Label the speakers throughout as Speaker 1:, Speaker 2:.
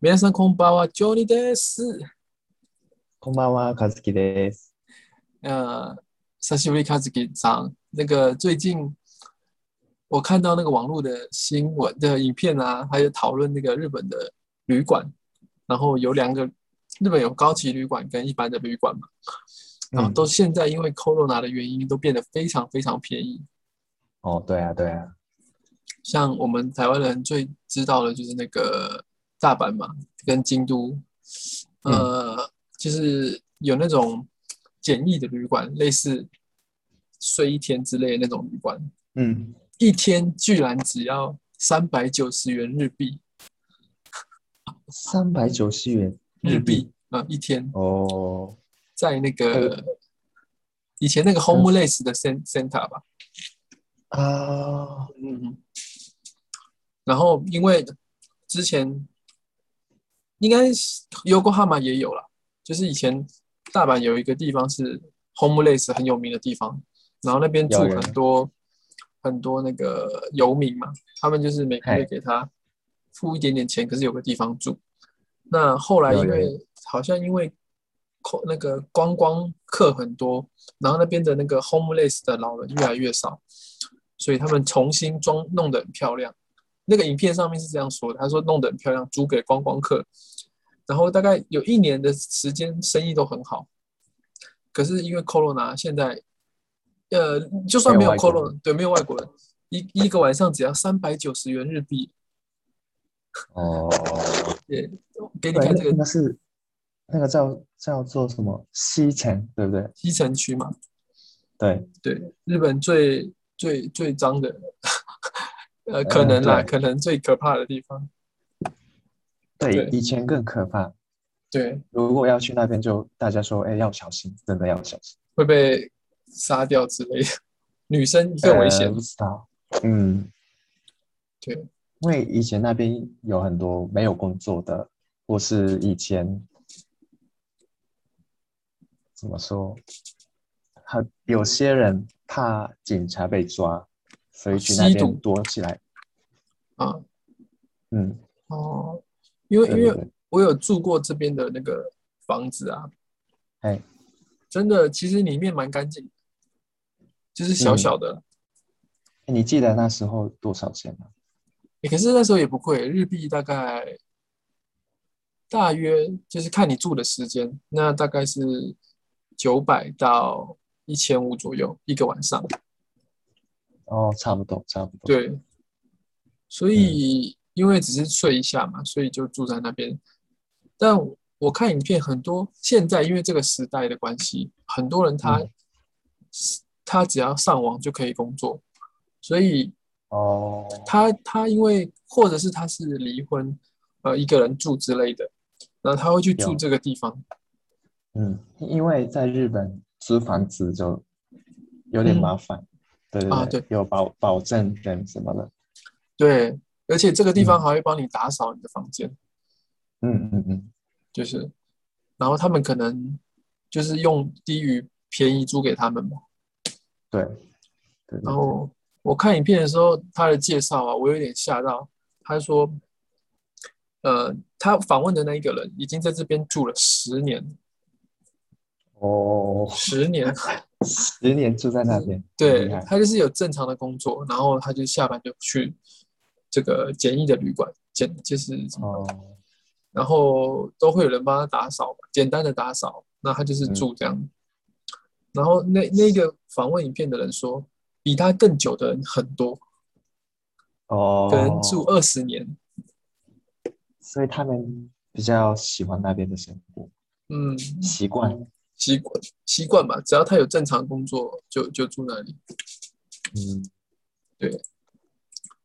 Speaker 1: 皆さんこんばんは、ジョニーです。
Speaker 2: こんばんは、和樹です。
Speaker 1: 呃，久しぶりカズキさん，那个最近我看到那个网络的新闻的影片啊，还有讨论那个日本的旅馆，然后有两个日本有高级旅馆跟一般的旅馆嘛，然后
Speaker 2: 嗯
Speaker 1: 都现在因为 corona 的原因都变得非常非常便宜，
Speaker 2: 哦，对啊，对啊，
Speaker 1: 像我们台湾人最知道的就是那个大阪嘛，跟京都，
Speaker 2: 嗯
Speaker 1: 呃，就是有那种简易的旅馆，类似睡一天之类的那种旅馆，
Speaker 2: 嗯，
Speaker 1: 一天居然只要三百九十元日币，
Speaker 2: 三百九十元
Speaker 1: 日币，啊、一天
Speaker 2: 哦，
Speaker 1: 在那
Speaker 2: 还
Speaker 1: 个
Speaker 2: 有嗯
Speaker 1: 以前那个 homeless 的 cen- center 吧，
Speaker 2: 啊，
Speaker 1: 嗯，然后因为之前应该是 Yokohama 也有了，就是以前大阪有一个地方是 homeless 很有名的地方，然后那边住
Speaker 2: 有有
Speaker 1: 很多很多那个游民嘛，他们就是每个月
Speaker 2: 嘿
Speaker 1: 给他付一点点钱，可是有个地方住。那后来
Speaker 2: 有
Speaker 1: 因
Speaker 2: 有
Speaker 1: 为好像因为空那个观光客很多，然后那边的那个 homeless 的老人越来越少，所以他们重新装弄得很漂亮。那个影片上面是这样说的，他说弄得很漂亮，租给观光客，然后大概有一年的时间生意都很好，可是因为 corona 现在，呃，就算没有
Speaker 2: 没有外国
Speaker 1: corona，对，没有外国人，一一个晚上只要三百九十元日币，
Speaker 2: 哦，
Speaker 1: 也给你
Speaker 2: 对，
Speaker 1: 看
Speaker 2: 那
Speaker 1: 这个
Speaker 2: 个是那个叫叫做什么西城，对不对？
Speaker 1: 西城区嘛，
Speaker 2: 对，
Speaker 1: 对，日本最最最脏的，呃，可能啦，
Speaker 2: 啊对
Speaker 1: 可能最可怕的地方，对
Speaker 2: 对，以前更可怕。
Speaker 1: 对，
Speaker 2: 如果要去那边，就大家说，哎，要小心，真的要小心。
Speaker 1: 会被杀掉之类的，女生更危险
Speaker 2: 呃，不知道，嗯，
Speaker 1: 对，
Speaker 2: 因为以前那边有很多没有工作的，或是以前怎么说，很有些人怕警察被抓，所以去那
Speaker 1: 吸毒
Speaker 2: 边躲起来。
Speaker 1: 啊，
Speaker 2: 嗯，
Speaker 1: 哦，因为
Speaker 2: 对
Speaker 1: 因
Speaker 2: 对
Speaker 1: 为
Speaker 2: 对，
Speaker 1: 我有住过这边的那个房子啊，
Speaker 2: 哎，
Speaker 1: 真的，其实里面蛮干净的，就是小
Speaker 2: 嗯
Speaker 1: 小的。
Speaker 2: 你记得那时候多少钱吗？
Speaker 1: 欸可是那时候也不贵，日币大概大约就是看你住的时间，那大概是九百到一千五左右一个晚上。
Speaker 2: 哦，差不多，差不多。，
Speaker 1: 对，所以因为只是睡一下嘛，所以就住在那边。但我看影片很多，现在因为这个时代的关系，很多人他、
Speaker 2: 嗯
Speaker 1: 他只要上网就可以工作，所以
Speaker 2: 哦，
Speaker 1: 他他因为或者是他是离婚，呃，一个人住之类的，然后他会去住
Speaker 2: 有
Speaker 1: 这个地方，
Speaker 2: 嗯，因为在日本租房子就有点
Speaker 1: 嗯
Speaker 2: 麻烦，对对
Speaker 1: 啊
Speaker 2: 对，
Speaker 1: 对
Speaker 2: 有保保证人什么的。
Speaker 1: 对，而且这个地方
Speaker 2: 嗯
Speaker 1: 还会帮你打扫你的房间，
Speaker 2: 嗯嗯嗯，
Speaker 1: 就是，然后他们可能就是用低于便宜租给他们嘛。
Speaker 2: 对，对对
Speaker 1: 然后我看影片的时候，他的介绍啊，我有点吓到。他说，呃，他访问的那一个人已经在这边住了十年，
Speaker 2: 哦，
Speaker 1: 十年，
Speaker 2: 十年住在那边，
Speaker 1: 对
Speaker 2: 厉害
Speaker 1: 他就是有正常的工作，然后他就下班就去这个简易的旅馆，简就是什么，
Speaker 2: 哦，
Speaker 1: 然后都会有人帮他打扫嘛，简单的打扫，那他
Speaker 2: 嗯
Speaker 1: 就是住这样。然后那那个访问影片的人说，比他更久的人很多，
Speaker 2: 哦，
Speaker 1: 可能住二十年。
Speaker 2: 所以他们比较喜欢那边的生活
Speaker 1: 嗯，
Speaker 2: 习惯。
Speaker 1: 习惯习惯吧，只要他有正常工作，就就住那里。
Speaker 2: 嗯，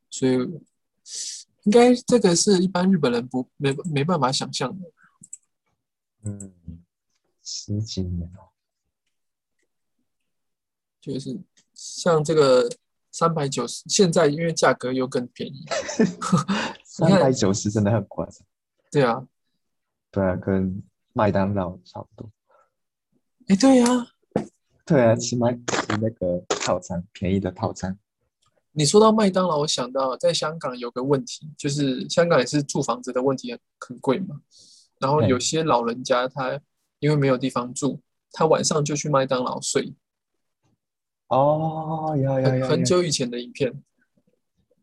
Speaker 1: 所以应该这个是一般日本人不没没办法想象的。
Speaker 2: 嗯，十几年了，
Speaker 1: 就是像这个三百九十，现在因为价格又更便 宜，
Speaker 2: 三百九十真的很夸张。
Speaker 1: 对啊，
Speaker 2: 对啊，跟麦当劳差不多。
Speaker 1: 哎，对呀、啊，
Speaker 2: 对啊，吃麦吃那个套餐，便宜的套餐。
Speaker 1: 你说到麦当劳，我想到在香港有个问题，就是香港也是住房子的问题很很贵嘛。然后有些老人家他因为没有地方住，他晚上就去麦当劳睡。
Speaker 2: 哦，有有
Speaker 1: 很
Speaker 2: 有
Speaker 1: 很久以前的影片，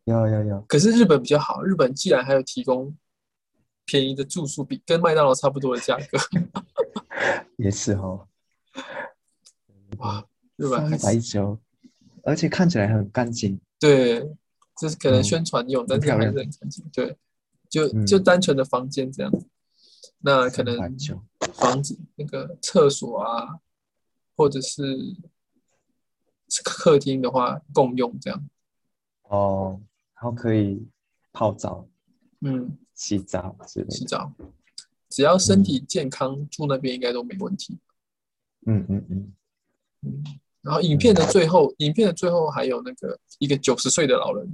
Speaker 2: 有有有，
Speaker 1: 可是日本比较好，日本既然还有提供便宜的住宿，比跟麦当劳差不多的价格，
Speaker 2: 也是哦，
Speaker 1: 哇， 日本
Speaker 2: 三
Speaker 1: 还
Speaker 2: 百
Speaker 1: 是
Speaker 2: 九，而且看起来很干净。
Speaker 1: 对，这是可能
Speaker 2: 嗯
Speaker 1: 宣传用，但是
Speaker 2: 漂
Speaker 1: 还
Speaker 2: 亮
Speaker 1: 是很干净，对，就
Speaker 2: 嗯
Speaker 1: 就单纯的房间这样子，那可
Speaker 2: 三百
Speaker 1: 能
Speaker 2: 九，
Speaker 1: 房子那个厕所啊，或者是客厅的话共用这样，
Speaker 2: 哦，然后可以泡澡、
Speaker 1: 嗯，
Speaker 2: 洗澡之类
Speaker 1: 洗
Speaker 2: 的。
Speaker 1: 澡，只要身体健康，住那边应该都没问题。
Speaker 2: 嗯嗯嗯，
Speaker 1: 嗯，然后影片的最后，影片的最后还有那个一个九十岁的老人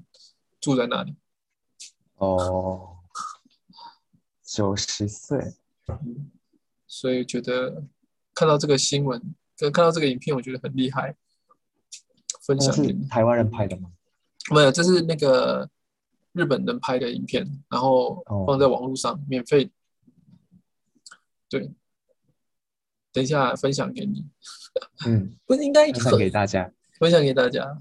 Speaker 1: 住在那里，
Speaker 2: 哦，九十岁，
Speaker 1: 嗯，所以觉得看到这个新闻，跟看到这个影片，我觉得很厉害，分
Speaker 2: 那
Speaker 1: 享给
Speaker 2: 哦是
Speaker 1: 你。
Speaker 2: 台湾人拍的吗？
Speaker 1: 没有，这是那个日本人拍的影片，然后
Speaker 2: 哦
Speaker 1: 放在网络上免费。对，等一下分享给你，
Speaker 2: 嗯，
Speaker 1: 不是应该
Speaker 2: 分享给
Speaker 1: 很
Speaker 2: 大家。
Speaker 1: 分享给大家。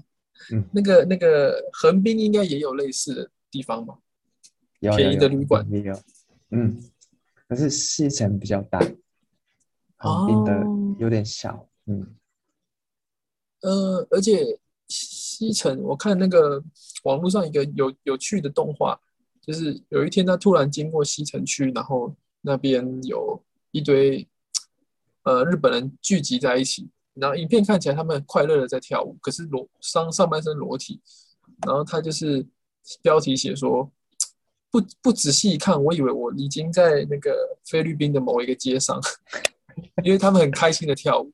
Speaker 2: 嗯
Speaker 1: 那个那个横滨应该也有类似的地方吧？
Speaker 2: 有有
Speaker 1: 便宜的
Speaker 2: 有
Speaker 1: 旅馆
Speaker 2: 也有，嗯，可是西城比较大，横滨
Speaker 1: 哦
Speaker 2: 的有点小，嗯，
Speaker 1: 呃，而且西城，我看那个网络上一个有有趣的动画，就是有一天他突然经过西城区，然后那边有一堆呃日本人聚集在一起，然后影片看起来他们很快乐的在跳舞，可是裸上上半身裸体，然后他就是标题写说。不不仔细一看，我以为我已经在那个菲律宾的某一个街上， 因为他们很开心的跳舞，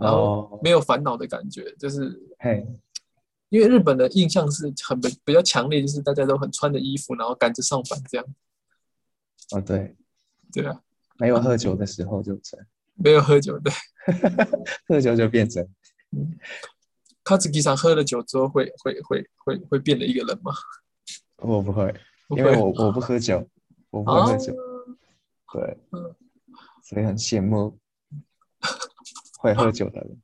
Speaker 1: 然后
Speaker 2: 哦，
Speaker 1: 没有烦恼的感觉，就是
Speaker 2: 嘿，
Speaker 1: 因为日本的印象是很比比较强烈，就是大家都很穿着衣服，然后赶着上班这样，
Speaker 2: 哦对，
Speaker 1: 对啊，
Speaker 2: 没有喝酒的时候就这样，
Speaker 1: 没有喝酒的。
Speaker 2: 喝酒就变成
Speaker 1: 卡兹基上喝了酒之后会会会会会变得一个人吗？
Speaker 2: 我不会，
Speaker 1: 不
Speaker 2: 因为
Speaker 1: 会哦
Speaker 2: 我我不喝酒，我不会喝酒，对
Speaker 1: 嗯，
Speaker 2: 所以很羡 慕会喝酒的人，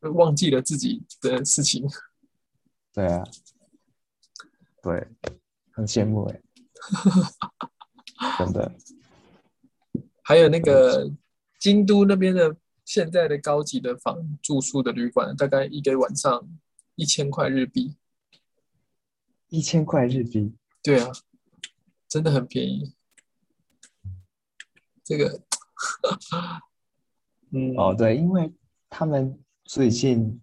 Speaker 1: 啊忘记了自己的事情。
Speaker 2: 对啊，对，很羡慕哎、真的，
Speaker 1: 还有那个京都那边的现在的高级的房住宿的旅馆，大概一个晚上一千块日币，
Speaker 2: 一千块日币，
Speaker 1: 对啊，真的很便宜。这个， 嗯，
Speaker 2: 哦，对，因为他们最近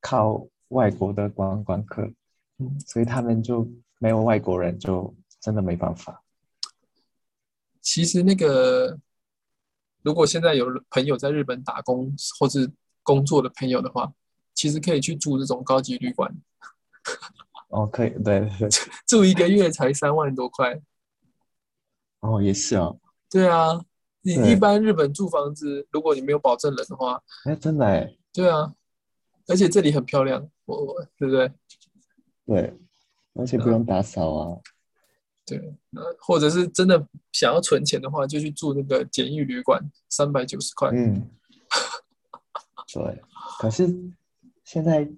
Speaker 2: 靠外国的观光客，
Speaker 1: 嗯
Speaker 2: 所以他们就没有外国人，就真的没办法。
Speaker 1: 其实那个，如果现在有朋友在日本打工或是工作的朋友的话，其实可以去住这种高级旅馆，
Speaker 2: 哦，可以，对对对，
Speaker 1: 住一个月才三万多块。
Speaker 2: 哦，也是哦，
Speaker 1: 对啊，你
Speaker 2: 对
Speaker 1: 一般日本住房子，如果你没有保证人的话，
Speaker 2: 哎，真的哎，
Speaker 1: 对啊，而且这里很漂亮，我我对不对？
Speaker 2: 对，而且不用打扫啊，
Speaker 1: 对，呃，或者是真的想要存钱的话，就去住那个简易旅馆，三百九十块。
Speaker 2: 嗯，对。可是现在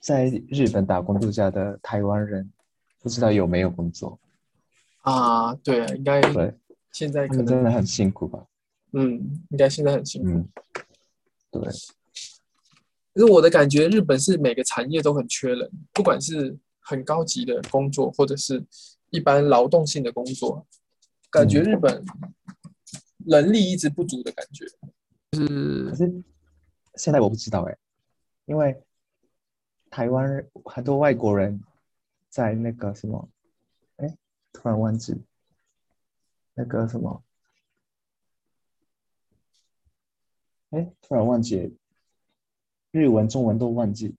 Speaker 2: 在日本打工度假的台湾人，不知道有没有工作？
Speaker 1: 啊，对啊，应该
Speaker 2: 对，
Speaker 1: 现在
Speaker 2: 他
Speaker 1: 可
Speaker 2: 们真
Speaker 1: 能，
Speaker 2: 的很辛苦吧？
Speaker 1: 嗯，应该现在很辛苦。
Speaker 2: 嗯，对，
Speaker 1: 可是我的感觉，日本是每个产业都很缺人，不管是很高级的工作，或者是一般劳动性的工作，感觉日本人力一直不足的感觉。
Speaker 2: 可是现在我不知道哎，因为台湾人很多外国人在那个什么，哎，突然忘记那个什么，哎，突然忘记日文、中文都忘记。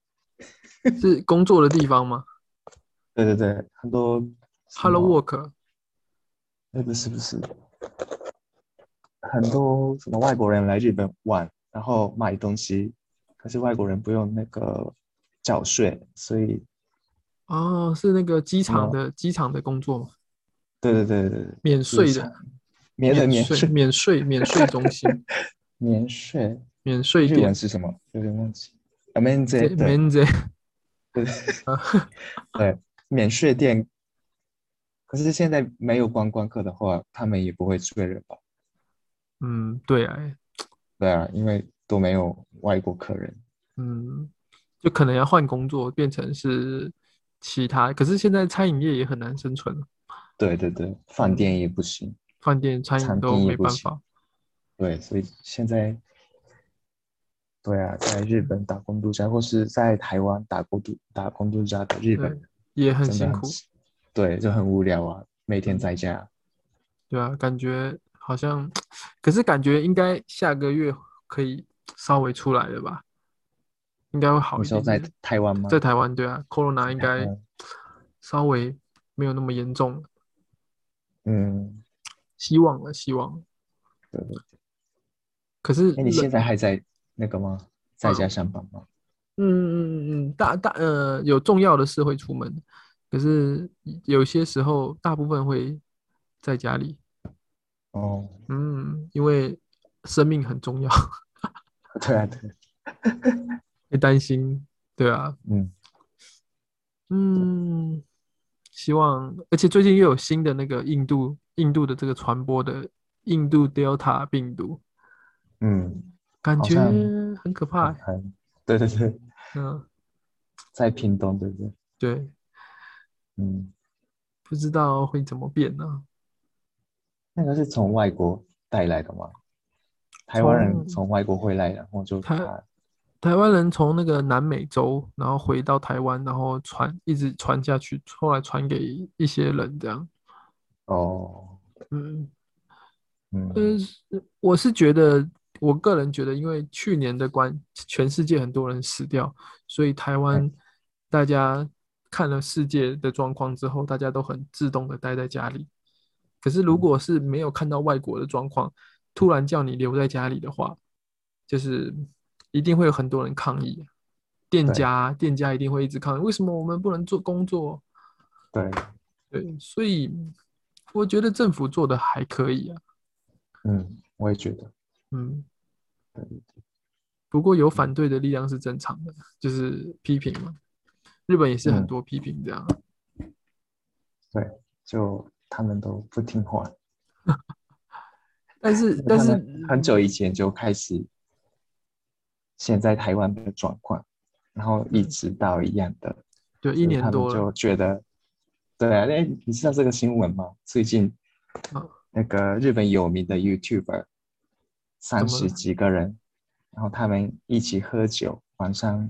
Speaker 1: 是工作的地方吗
Speaker 2: 对对对，很多什么
Speaker 1: ？Hello Work，
Speaker 2: 哎，不是不是，很多什么外国人来日本玩，然后买东西，可是外国人不用那个缴税，所以
Speaker 1: 哦，是那个机场
Speaker 2: 嗯
Speaker 1: 的机场的工作吗？
Speaker 2: 对对对对对，
Speaker 1: 免税
Speaker 2: 机
Speaker 1: 的
Speaker 2: 场，免的免
Speaker 1: 税
Speaker 2: 税
Speaker 1: 免税免税中心，
Speaker 2: 免税，
Speaker 1: 免税
Speaker 2: 日文
Speaker 1: 店。
Speaker 2: 是什么？有点忘记。啊，免税
Speaker 1: 这
Speaker 2: 对
Speaker 1: 免税
Speaker 2: 对免税店，可是现在没有观光客的话，他们也不会追人吧？
Speaker 1: 嗯，对啊，
Speaker 2: 对啊，因为都没有外国客人。
Speaker 1: 嗯，就可能要换工作，变成是其他。可是现在餐饮业也很难生存，
Speaker 2: 对对对，饭店也不行。
Speaker 1: 饭店、餐饮
Speaker 2: 餐
Speaker 1: 都
Speaker 2: 厅也
Speaker 1: 没
Speaker 2: 不
Speaker 1: 办
Speaker 2: 行
Speaker 1: 法。
Speaker 2: 对，所以现在，对啊，在日本打工度假，或是在台湾打工度打工度假的日本
Speaker 1: 对
Speaker 2: 人，
Speaker 1: 也很
Speaker 2: 真的
Speaker 1: 辛
Speaker 2: 很
Speaker 1: 苦，
Speaker 2: 辛，对，就很无聊啊，每天
Speaker 1: 嗯
Speaker 2: 在家。
Speaker 1: 对啊，感觉好像，可是感觉应该下个月可以稍微出来了吧？应该会好
Speaker 2: 你
Speaker 1: 一
Speaker 2: 说
Speaker 1: 点
Speaker 2: 在
Speaker 1: 点。
Speaker 2: 台湾吗？
Speaker 1: 在台湾，对啊，Corona 应
Speaker 2: 台
Speaker 1: 该
Speaker 2: 湾
Speaker 1: 稍微没有那么严重了，
Speaker 2: 嗯，
Speaker 1: 希望了，希望了。
Speaker 2: 对对。
Speaker 1: 可是
Speaker 2: 哎，你现
Speaker 1: 人，
Speaker 2: 在还在那个吗？在
Speaker 1: 嗯
Speaker 2: 家上班吗？
Speaker 1: 嗯嗯嗯嗯，大大呃，有重要的事会出门，可是有些时候，大部分会在家里。
Speaker 2: 哦，
Speaker 1: 嗯，因为生命很重要，
Speaker 2: 对啊，对，
Speaker 1: 会担心，对啊。
Speaker 2: 嗯，
Speaker 1: 嗯，希望，而且最近又有新的那个印度印度的这个传播的印度 Delta 病毒，
Speaker 2: 嗯，
Speaker 1: 感
Speaker 2: 好
Speaker 1: 觉
Speaker 2: 像
Speaker 1: 很可怕
Speaker 2: 很
Speaker 1: 欸。
Speaker 2: 很，对对对，
Speaker 1: 嗯，
Speaker 2: 在屏东，对不对？
Speaker 1: 对，
Speaker 2: 嗯，
Speaker 1: 不知道会怎么变呢？
Speaker 2: 那个是从外国带来的吗？台湾人
Speaker 1: 从
Speaker 2: 从外国回来，然后 就
Speaker 1: 台
Speaker 2: 把
Speaker 1: 台湾人从那个南美洲，然后回到台湾，然后传一直传下去，后来传给一些人这样。
Speaker 2: 哦，
Speaker 1: 嗯，
Speaker 2: 嗯
Speaker 1: 呃，我是觉得，我个人觉得，因为去年的关，全世界很多人死掉，所以台湾大家看了世界的状况之后，大家都很自动的待在家里。可是如
Speaker 2: 嗯
Speaker 1: 果是没有看到外国的状况，突然叫你留在家里的话，就是一定会有很多人抗议，店
Speaker 2: 对
Speaker 1: 家店家一定会一直抗议，为什么我们不能做工作？
Speaker 2: 对，
Speaker 1: 对，所以我觉得政府做的还可以啊，
Speaker 2: 嗯，我也觉得，
Speaker 1: 嗯。
Speaker 2: 对对对
Speaker 1: 不过有
Speaker 2: 嗯
Speaker 1: 反对的力量是正常的，就是批评嘛。日本也是很
Speaker 2: 嗯
Speaker 1: 多批评这样，
Speaker 2: 对，就他们都不听话，
Speaker 1: 但是但
Speaker 2: 他
Speaker 1: 是嗯
Speaker 2: 们很久以前就开始，现在台湾的状况，然后一
Speaker 1: 嗯
Speaker 2: 直到一样的，
Speaker 1: 对一
Speaker 2: 所以
Speaker 1: 年
Speaker 2: 他们
Speaker 1: 多了
Speaker 2: 就觉得，对啊，哎，你知道这个新闻吗？最近
Speaker 1: 啊，
Speaker 2: 那个日本有名的 YouTuber，
Speaker 1: 么
Speaker 2: 三十
Speaker 1: 了
Speaker 2: 几个人，然后他们一起喝酒，晚上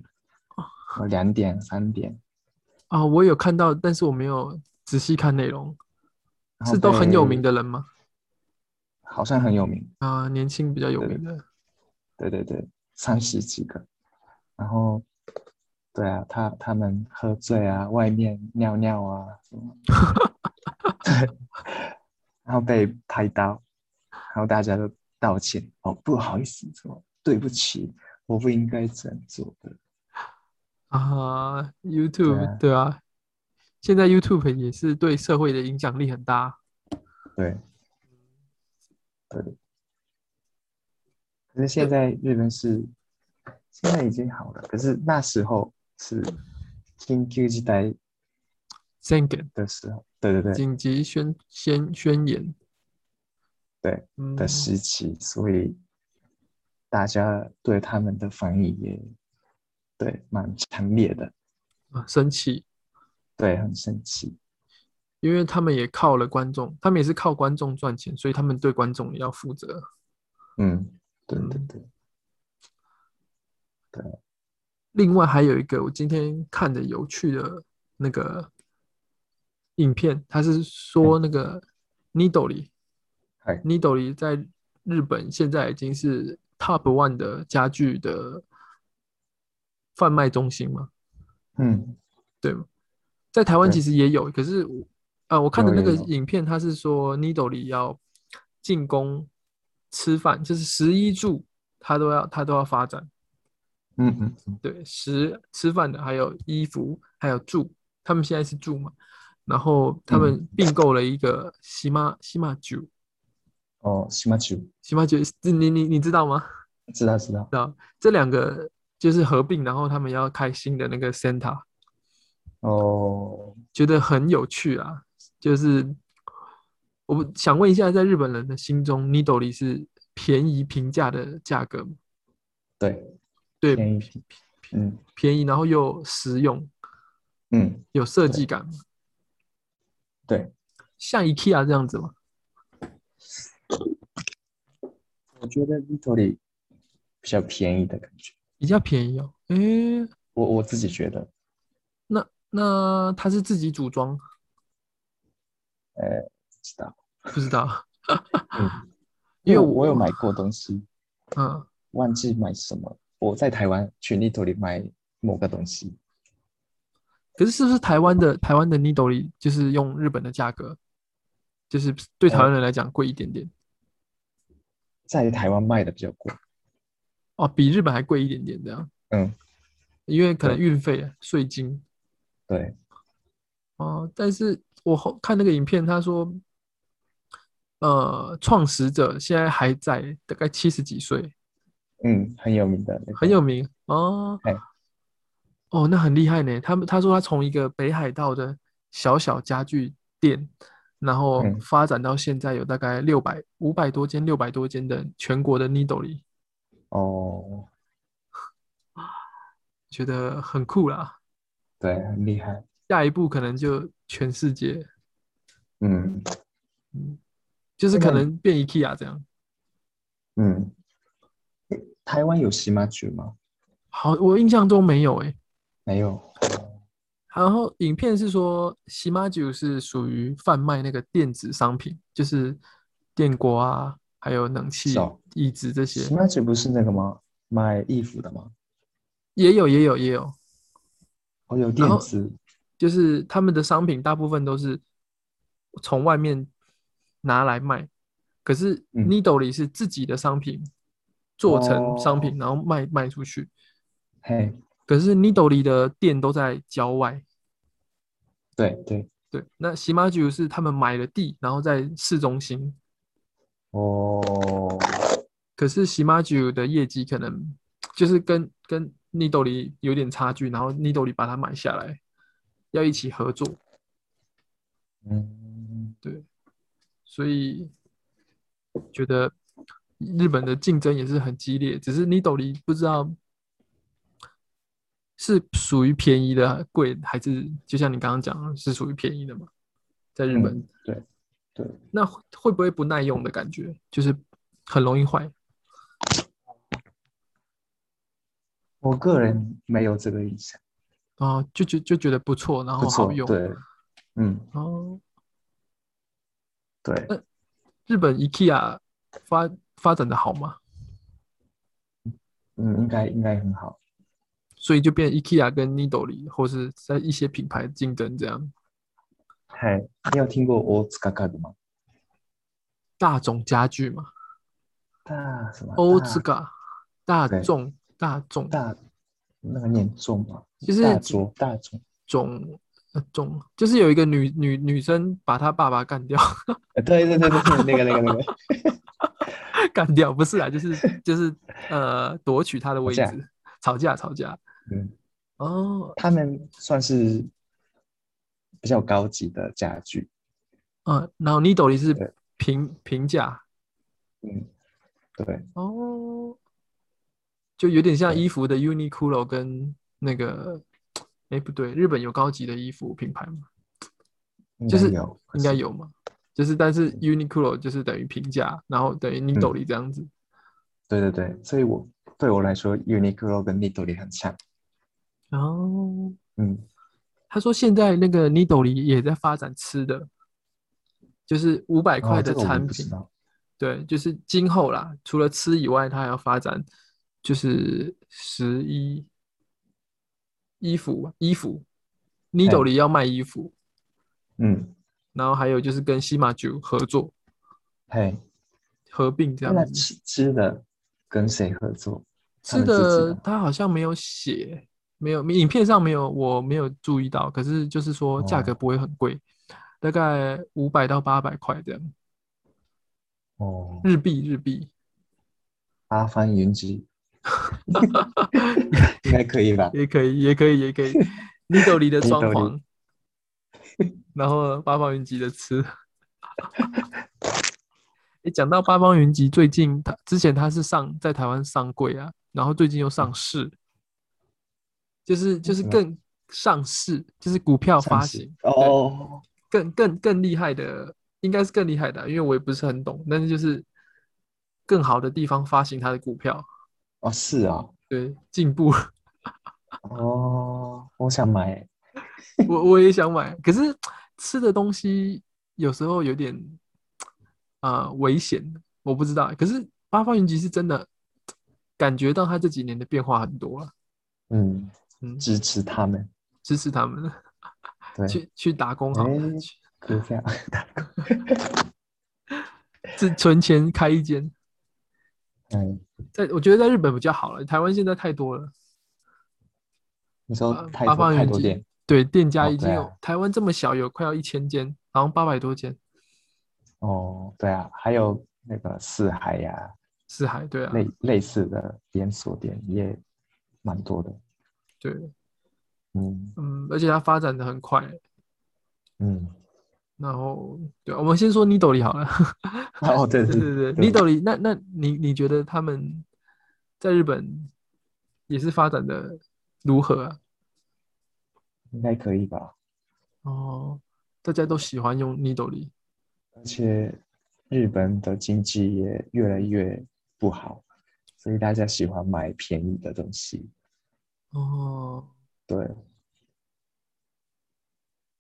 Speaker 1: 哦
Speaker 2: 呃两点三点，
Speaker 1: 啊，我有看到，但是我没有仔细看内容，
Speaker 2: 然后
Speaker 1: 是都很有名
Speaker 2: 被，
Speaker 1: 的人吗？
Speaker 2: 好像很有名，
Speaker 1: 啊，年轻比较有
Speaker 2: 对
Speaker 1: 名的，
Speaker 2: 对对对，三十几个，然后对啊，他他们喝醉啊，外面尿尿啊什么， 然后被拍到，然后大家都道歉，哦不好意思，什么对不起，我不应该这样做的，
Speaker 1: 啊
Speaker 2: 对
Speaker 1: ，YouTube
Speaker 2: 啊
Speaker 1: 对啊，现在 YouTube 也是对社会的影响力很大，
Speaker 2: 对。对，可是现在日本是现在已经好了，可是那时候是紧急事态
Speaker 1: 宣言
Speaker 2: 的时候，对对对
Speaker 1: 紧急宣宣宣言，
Speaker 2: 对
Speaker 1: 嗯，
Speaker 2: 的时期，所以大家对他们的反应也对蛮强烈的，
Speaker 1: 啊，生气。
Speaker 2: 对，很生气，
Speaker 1: 因为他们也靠了观众，他们也是靠观众赚钱，所以他们对观众也要负责。
Speaker 2: 嗯，对对
Speaker 1: 嗯
Speaker 2: 对，
Speaker 1: 另外还有一个我今天看的有趣的那个影片，它是说那个 Nidori
Speaker 2: 嗨，
Speaker 1: Nidori 在日本现在已经是 Top One 的家具的贩卖中心嘛，
Speaker 2: 嗯，
Speaker 1: 对吗？在台湾
Speaker 2: 对
Speaker 1: 其实也有，可是我呃，我看的
Speaker 2: 有
Speaker 1: 那
Speaker 2: 有
Speaker 1: 个
Speaker 2: 有
Speaker 1: 影片，它是说 Nidori 要进攻吃饭，就是食衣住，它都要它都要发展。
Speaker 2: 嗯嗯嗯，
Speaker 1: 对，食吃饭的，还有衣服，还有住，他们现在是住嘛，然后他
Speaker 2: 嗯
Speaker 1: 们并购了一个西马西马酒，
Speaker 2: 哦，西马酒，
Speaker 1: 西马酒，你你你知道吗？
Speaker 2: 知道知道，
Speaker 1: 知道这两个就是合并，然后他们要开新的那个 center，
Speaker 2: 哦，
Speaker 1: 觉得很有趣啊。就是我不想问一下，在日本人的心中，Nido 里是便宜平价的价格吗？
Speaker 2: 对，
Speaker 1: 对，
Speaker 2: 便宜品，嗯
Speaker 1: 便宜，然后又实用，
Speaker 2: 嗯，
Speaker 1: 有设计感吗，
Speaker 2: 对，
Speaker 1: 像 IKEA 这样子吗？
Speaker 2: 我觉得 v i t o 里比较便宜的感觉，
Speaker 1: 比较便宜哦。诶，
Speaker 2: 我我自己觉得，
Speaker 1: 那那他是自己组装，
Speaker 2: 呃，不知道，
Speaker 1: 不知道，
Speaker 2: 嗯，
Speaker 1: 因为
Speaker 2: 我
Speaker 1: 我
Speaker 2: 有买过东西，
Speaker 1: 嗯，
Speaker 2: 忘记买什么，我在台湾去 v i t o 里买某个东西，
Speaker 1: 可是是不是台湾的台湾的 Nido 里就是用日本的价格，就是对台
Speaker 2: 呃
Speaker 1: 湾人来讲贵一点点
Speaker 2: 在台湾卖的比较贵，
Speaker 1: 哦，比日本还贵一点点这样，
Speaker 2: 嗯，
Speaker 1: 因为可能
Speaker 2: 对
Speaker 1: 运费、啊税金
Speaker 2: 对，
Speaker 1: 哦，但是我后看那个影片，他说，呃，创始者现在还在，大概七十几岁，
Speaker 2: 嗯，很有名的那个，
Speaker 1: 很有名哦
Speaker 2: 哎。
Speaker 1: 哦，那很厉害呢。他们他说他从一个北海道的小小家具店，然后
Speaker 2: 嗯
Speaker 1: 发展到现在有大概六百五百多间、六百多间的全国的 Needle 里，
Speaker 2: 哦，
Speaker 1: 觉得很酷啦。
Speaker 2: 对，很厉害，
Speaker 1: 下一步可能就全世界，
Speaker 2: 嗯
Speaker 1: 嗯，就是
Speaker 2: 真
Speaker 1: 可
Speaker 2: 的
Speaker 1: 能变 IKEA 这样。
Speaker 2: 嗯，诶台湾有西马酒吗？
Speaker 1: 好，我印象中没有诶、
Speaker 2: 没有，
Speaker 1: 然后影片是说，喜马酒是属于贩卖那个电子商品，就是电锅啊，还有冷气
Speaker 2: 是哦、
Speaker 1: 椅子这些
Speaker 2: 西，马酒不是那个吗？卖衣服的吗？
Speaker 1: 也有也有也有，
Speaker 2: 哦，有电
Speaker 1: 后
Speaker 2: 子，
Speaker 1: 就是他们的商品大部分都是从外面拿来卖，可是
Speaker 2: 嗯
Speaker 1: Needle 里是自己的商品做成商品，
Speaker 2: 哦
Speaker 1: 然后卖卖出去。
Speaker 2: 嘿，
Speaker 1: 可是 Needle 里的店都在郊外，
Speaker 2: 对对，
Speaker 1: 对，那喜马酒是他们买了地，然后在市中心。
Speaker 2: 哦，
Speaker 1: 可是喜马九的业绩可能就是跟跟 Nido 里有点差距，然后 Nido 里把它买下来，要一起合作，
Speaker 2: 嗯，
Speaker 1: 所以觉得日本的竞争也是很激烈，只是 Nido 里不知道是属于便宜的贵，还是就像你刚刚讲的是属于便宜的嘛，在日本，
Speaker 2: 嗯对对，
Speaker 1: 那会会不会不耐用的感觉，就是很容易坏？
Speaker 2: 我个人没有这个印象，
Speaker 1: 然后就觉就觉得不错，然
Speaker 2: 不
Speaker 1: 后哦好
Speaker 2: 错，
Speaker 1: 用，
Speaker 2: 对，嗯，
Speaker 1: 哦，
Speaker 2: 对，
Speaker 1: 日本 IKEA 发发展的好嘛，
Speaker 2: 嗯，应该应该很好，
Speaker 1: 所以就变 IKEA 跟 Nido 或是在一些品牌竞争这样。
Speaker 2: 嘿，你有听过 o t s u k a k 吗？
Speaker 1: 大众家具嘛
Speaker 2: 大什么？
Speaker 1: o
Speaker 2: 大
Speaker 1: z g a 大
Speaker 2: 啊对
Speaker 1: 众大众
Speaker 2: 大那个念重吗？
Speaker 1: 就是
Speaker 2: 大桌大桌，
Speaker 1: 种呃种，就是有一个女女女生把她爸爸干掉，
Speaker 2: 呃对对对对，对那个那个那个，
Speaker 1: 干掉不是啊，就是就是呃夺取她的位
Speaker 2: 架
Speaker 1: 置，吵架吵架。
Speaker 2: 嗯，
Speaker 1: 哦，
Speaker 2: 他们算是比较高级的家具，
Speaker 1: 嗯、然后 Nido 里是
Speaker 2: 对
Speaker 1: 平平价
Speaker 2: 嗯，对，
Speaker 1: 哦，就有点像
Speaker 2: 对
Speaker 1: 衣服的 Uniqlo 跟那个，哎，不对，日本有高级的衣服品牌吗？
Speaker 2: 应
Speaker 1: 就
Speaker 2: 该
Speaker 1: 是
Speaker 2: 有，可
Speaker 1: 应该
Speaker 2: 是，嗯
Speaker 1: 有嘛？就是但是 Uniqlo 就是等于平价，然后等于 Nidori 这样子。
Speaker 2: 对对对，所以我对我来说，Uniqlo 跟 Midori 很像，
Speaker 1: 然后
Speaker 2: 嗯，
Speaker 1: 他说现在那个 Nidori 也在发展吃的，就是五百块
Speaker 2: 哦，
Speaker 1: 的
Speaker 2: 这个我
Speaker 1: 产
Speaker 2: 不知
Speaker 1: 品。
Speaker 2: 道，
Speaker 1: 对，就是今后啦，除了吃以外，它还要发展就是十一衣服衣服，Nido
Speaker 2: 哎
Speaker 1: 里要卖衣服，
Speaker 2: 嗯，
Speaker 1: 然后还有就是跟西马九合作
Speaker 2: 嘿，
Speaker 1: 合并这
Speaker 2: 那
Speaker 1: 样子。
Speaker 2: 吃吃的跟谁合作？
Speaker 1: 吃
Speaker 2: 他们自己啊
Speaker 1: 的
Speaker 2: 的
Speaker 1: 他好像没有写，没有，影片上没有，我没有注意到。可是就是说价
Speaker 2: 哦
Speaker 1: 格不会很贵，大概五百到八百块这样，
Speaker 2: 哦，
Speaker 1: 日币日币。
Speaker 2: 阿凡 云集，应该可以吧？
Speaker 1: 也可以，也可以，也 可以。n 豆 d 的装
Speaker 2: Nido
Speaker 1: 潢，然后八方云集的吃。诶，讲到八方云集，最近他之前他是上在台湾上柜啊，然后最近又上市，就是就是
Speaker 2: 嗯
Speaker 1: 更上市，就是股票发
Speaker 2: 上市
Speaker 1: 行
Speaker 2: 哦，
Speaker 1: 更更更厉害的，应该是更厉害的啊，因为我也不是很懂，但是就是更好的地方发行它的股票，
Speaker 2: 哦是啊，
Speaker 1: 对，进步。
Speaker 2: 哦，我想买，
Speaker 1: 我我也想买，可是吃的东西有时候有点啊、呃危险，我不知道。欸可是八方云集是真的感觉到它这几年的变化很多了，
Speaker 2: 嗯，
Speaker 1: 嗯，
Speaker 2: 支持他们，
Speaker 1: 支持他们
Speaker 2: 对，
Speaker 1: 去去打工好了，
Speaker 2: 哎
Speaker 1: 去
Speaker 2: 股票打工，
Speaker 1: 自存钱开一间，
Speaker 2: 嗯，
Speaker 1: 在我觉得在日本比较好了，台湾现在太多了，
Speaker 2: 你说
Speaker 1: 八
Speaker 2: 太
Speaker 1: 呃八
Speaker 2: 多
Speaker 1: 方
Speaker 2: 太
Speaker 1: 云
Speaker 2: 多
Speaker 1: 集
Speaker 2: 店，
Speaker 1: 对店家
Speaker 2: 哦
Speaker 1: 已经
Speaker 2: 对
Speaker 1: 有、
Speaker 2: 啊
Speaker 1: 台湾这么小有快要一千间，好像八百多间，
Speaker 2: 哦，对啊，还有那个四海呀，
Speaker 1: 四海对啊，
Speaker 2: 类类似的连锁店也蛮多的，
Speaker 1: 对，
Speaker 2: 嗯
Speaker 1: 嗯，而且它发展的很快、
Speaker 2: 嗯，
Speaker 1: 然后，对，我们先说 Nido 里好了。
Speaker 2: 哦对
Speaker 1: 对
Speaker 2: 对
Speaker 1: 对对，Nido 里，那那你你觉得他们在日本也是发展的如何啊？
Speaker 2: 应该可以吧？
Speaker 1: 哦，大家都喜欢用 Nido 里，
Speaker 2: 而且日本的经济也越来越不好，所以大家喜欢买便宜的东西，
Speaker 1: 哦，
Speaker 2: 对，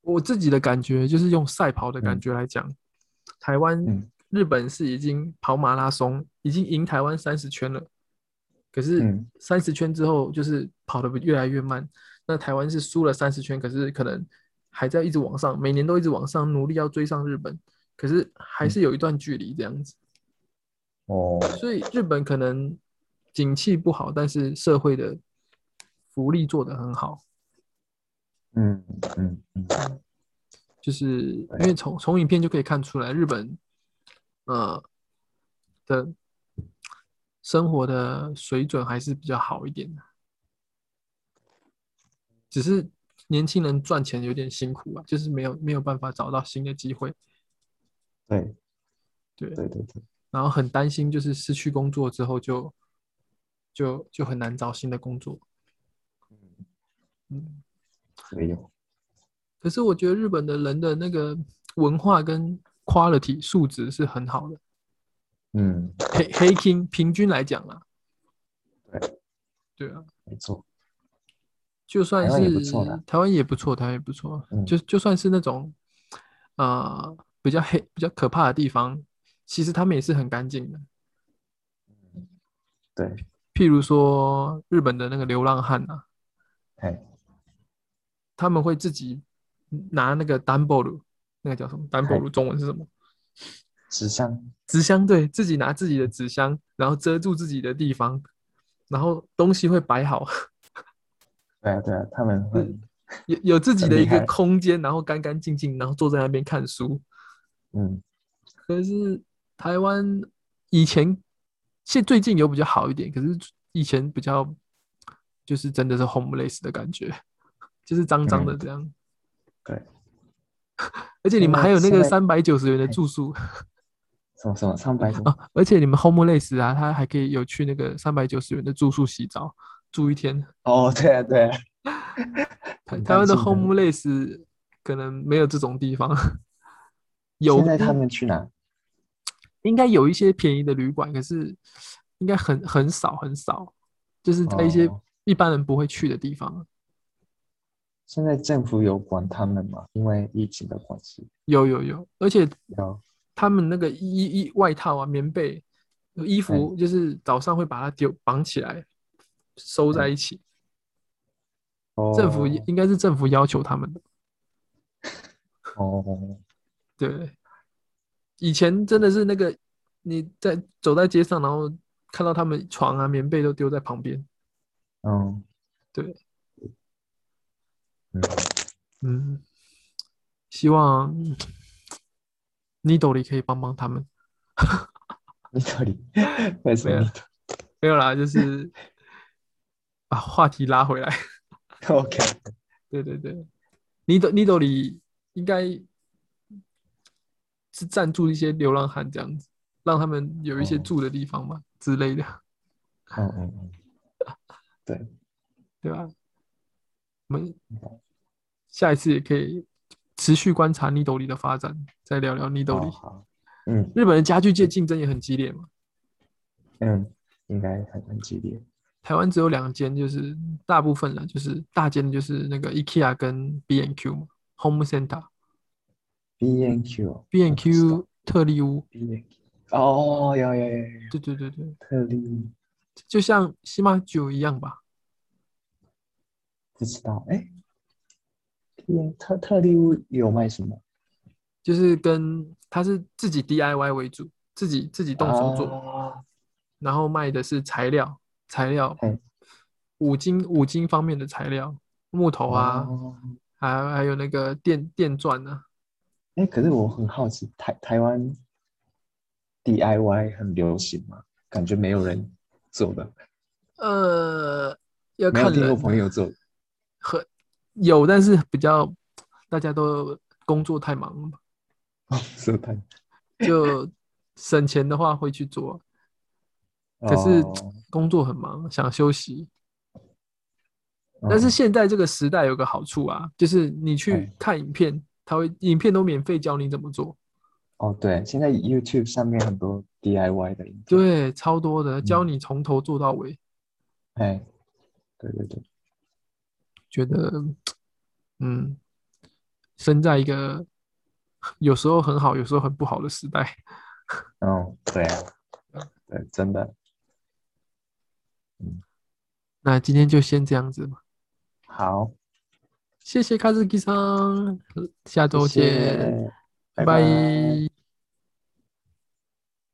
Speaker 1: 我自己的感觉就是用赛跑的感觉来讲，台湾、
Speaker 2: 嗯
Speaker 1: 日本是已经跑马拉松，已经赢台湾三十圈了。可是
Speaker 2: 嗯
Speaker 1: 三十圈之后，就是跑得越来越慢。那台湾是输了三十圈，可是可能还在一直往上，每年都一直往上，努力要追上日本，可是还
Speaker 2: 嗯
Speaker 1: 是有一段距离这样子。
Speaker 2: 哦，
Speaker 1: 所以日本可能景气不好，但是社会的福利做得很好。
Speaker 2: 嗯嗯嗯，
Speaker 1: 就是因为从从影片就可以看出来，日本呃的生活的水准还是比较好一点的，只是年轻人赚钱有点辛苦啊，就是没有没有办法找到新的机会，
Speaker 2: 对
Speaker 1: 对，
Speaker 2: 对对对，
Speaker 1: 然后很担心就是失去工作之后就就就很难找新的工作，嗯。
Speaker 2: 所以有，
Speaker 1: 可是我觉得日本的人的那个文化跟 quality 素质是很好的，
Speaker 2: 嗯，
Speaker 1: 黑黑 king 平均来讲啦，
Speaker 2: 对
Speaker 1: 对啊，
Speaker 2: 没错，
Speaker 1: 就算
Speaker 2: 台湾也不
Speaker 1: 是
Speaker 2: 错啦
Speaker 1: 台湾也不错，台湾也不错，
Speaker 2: 嗯
Speaker 1: 就就算是那种呃比较黑、比较可怕的地方，其实他们也是很干净的。
Speaker 2: 对，
Speaker 1: 譬如说日本的那个流浪汉啊，
Speaker 2: 哎，
Speaker 1: 他们会自己拿那个单 b o l 那个叫什么单 b o l
Speaker 2: 嗨
Speaker 1: 中文是什么？
Speaker 2: 纸箱，
Speaker 1: 纸箱，对，自己拿自己的纸箱，然后遮住自己的地方，然后东西会摆好，
Speaker 2: 对啊对啊，他们会，
Speaker 1: 有有自己
Speaker 2: 很
Speaker 1: 的
Speaker 2: 厉
Speaker 1: 一个
Speaker 2: 害
Speaker 1: 空间，然后干干净净，然后坐在那边看书。
Speaker 2: 嗯
Speaker 1: 可是台湾以前，现最近有比较好一点，可是以前比较就是真的是 homeless 的感觉，就是脏脏的
Speaker 2: 嗯
Speaker 1: 这样。
Speaker 2: 对，
Speaker 1: 而且你们
Speaker 2: 现在
Speaker 1: 还有那
Speaker 2: 现
Speaker 1: 个
Speaker 2: 在
Speaker 1: 三百九十元的住宿
Speaker 2: 什么什么上百 种，
Speaker 1: 啊，而且你们 homeless 啊，他还可以有去那个三百九十元的住宿洗澡，住一天。
Speaker 2: 哦对啊对啊，
Speaker 1: 台
Speaker 2: 很
Speaker 1: 台湾的
Speaker 2: 干净的
Speaker 1: homeless 可能没有这种地方， 有
Speaker 2: 现在他
Speaker 1: 应
Speaker 2: 们去哪？
Speaker 1: 应该有一些便宜的旅馆，可是应该很很少很少，就是在一些
Speaker 2: 哦
Speaker 1: 一般人不会去的地方。
Speaker 2: 现在政府有管他们吗？因为疫情的关系，
Speaker 1: 有有有，而且
Speaker 2: 有，
Speaker 1: 他们那个衣衣外套啊、棉被、衣
Speaker 2: 哎
Speaker 1: 服，就是早上会把它丢绑起来，收在一起。政府
Speaker 2: 哎哦
Speaker 1: 应该是政府要求他们的。
Speaker 2: 哦，
Speaker 1: 对，以前真的是那个你在走在街上，然后看到他们床啊、棉被都丢在旁边。
Speaker 2: 嗯，
Speaker 1: 对，
Speaker 2: 嗯，
Speaker 1: 嗯，希望 Nido 里可以帮帮他们。
Speaker 2: 你到底为什么
Speaker 1: 没没有啦，就是 把话题拉回来。
Speaker 2: ？OK，
Speaker 1: 对对对，Nido Nido 里应该是赞助一些流浪汉这样子，让他们有一些
Speaker 2: 哦
Speaker 1: 住的地方嘛、之类的，
Speaker 2: 嗯嗯嗯，对，
Speaker 1: 对吧？我们下一次也可以持续观察 Nido 里的发展，再聊聊 Nido
Speaker 2: 好
Speaker 1: 里。
Speaker 2: 哦好，嗯
Speaker 1: 日本的家具界竞争也很激烈嘛，
Speaker 2: 嗯，应该很很激烈。
Speaker 1: 台湾只有两间，就是大部分了，就是大间的就是那个 IKEA 跟 B&Q 嘛，Home Center、
Speaker 2: B N Q
Speaker 1: B&Q 特利屋，
Speaker 2: B N Q，哦，有有有有有，
Speaker 1: 对对对对，
Speaker 2: 特例
Speaker 1: 就像西马九一样吧。
Speaker 2: 不知道，哎，B N 特特例屋有卖什么？
Speaker 1: 就是跟他是自己 DIY 为主，自己自己动手做，
Speaker 2: 啊
Speaker 1: 然后卖的是材料，材料
Speaker 2: 嗯，
Speaker 1: 五金五金方面的材料，木头啊，
Speaker 2: 哦
Speaker 1: 还还有那个电电钻啊，
Speaker 2: 哎，可是我很好奇，台台湾 DIY 很流行吗？感觉没有人做的，
Speaker 1: 呃，要
Speaker 2: 没有
Speaker 1: 看
Speaker 2: 听过
Speaker 1: 人
Speaker 2: 朋友做的。
Speaker 1: 和有，但是比较大家都工作太忙了嘛，
Speaker 2: 是他，
Speaker 1: 就省钱的话会去做， 可是
Speaker 2: 哦
Speaker 1: 工作很忙，想休息，但是现在这个时代有个好处啊，就是你去
Speaker 2: 哎
Speaker 1: 看影片，它会影片都免费教你怎么做，
Speaker 2: 哦，对，现在 YouTube 上面很多 DIY 的影片，
Speaker 1: 对，超多
Speaker 2: 嗯
Speaker 1: 的，教你从头做到尾，
Speaker 2: 哎，对对对，
Speaker 1: 觉得，嗯，身在一个 有时候很好，有时候很不好的时代，
Speaker 2: 嗯，对啊，对，真的，
Speaker 1: 那今天就先这样子吧，
Speaker 2: 好，
Speaker 1: 谢谢卡斯基桑，下周
Speaker 2: 谢
Speaker 1: 见，
Speaker 2: 谢，拜
Speaker 1: 拜拜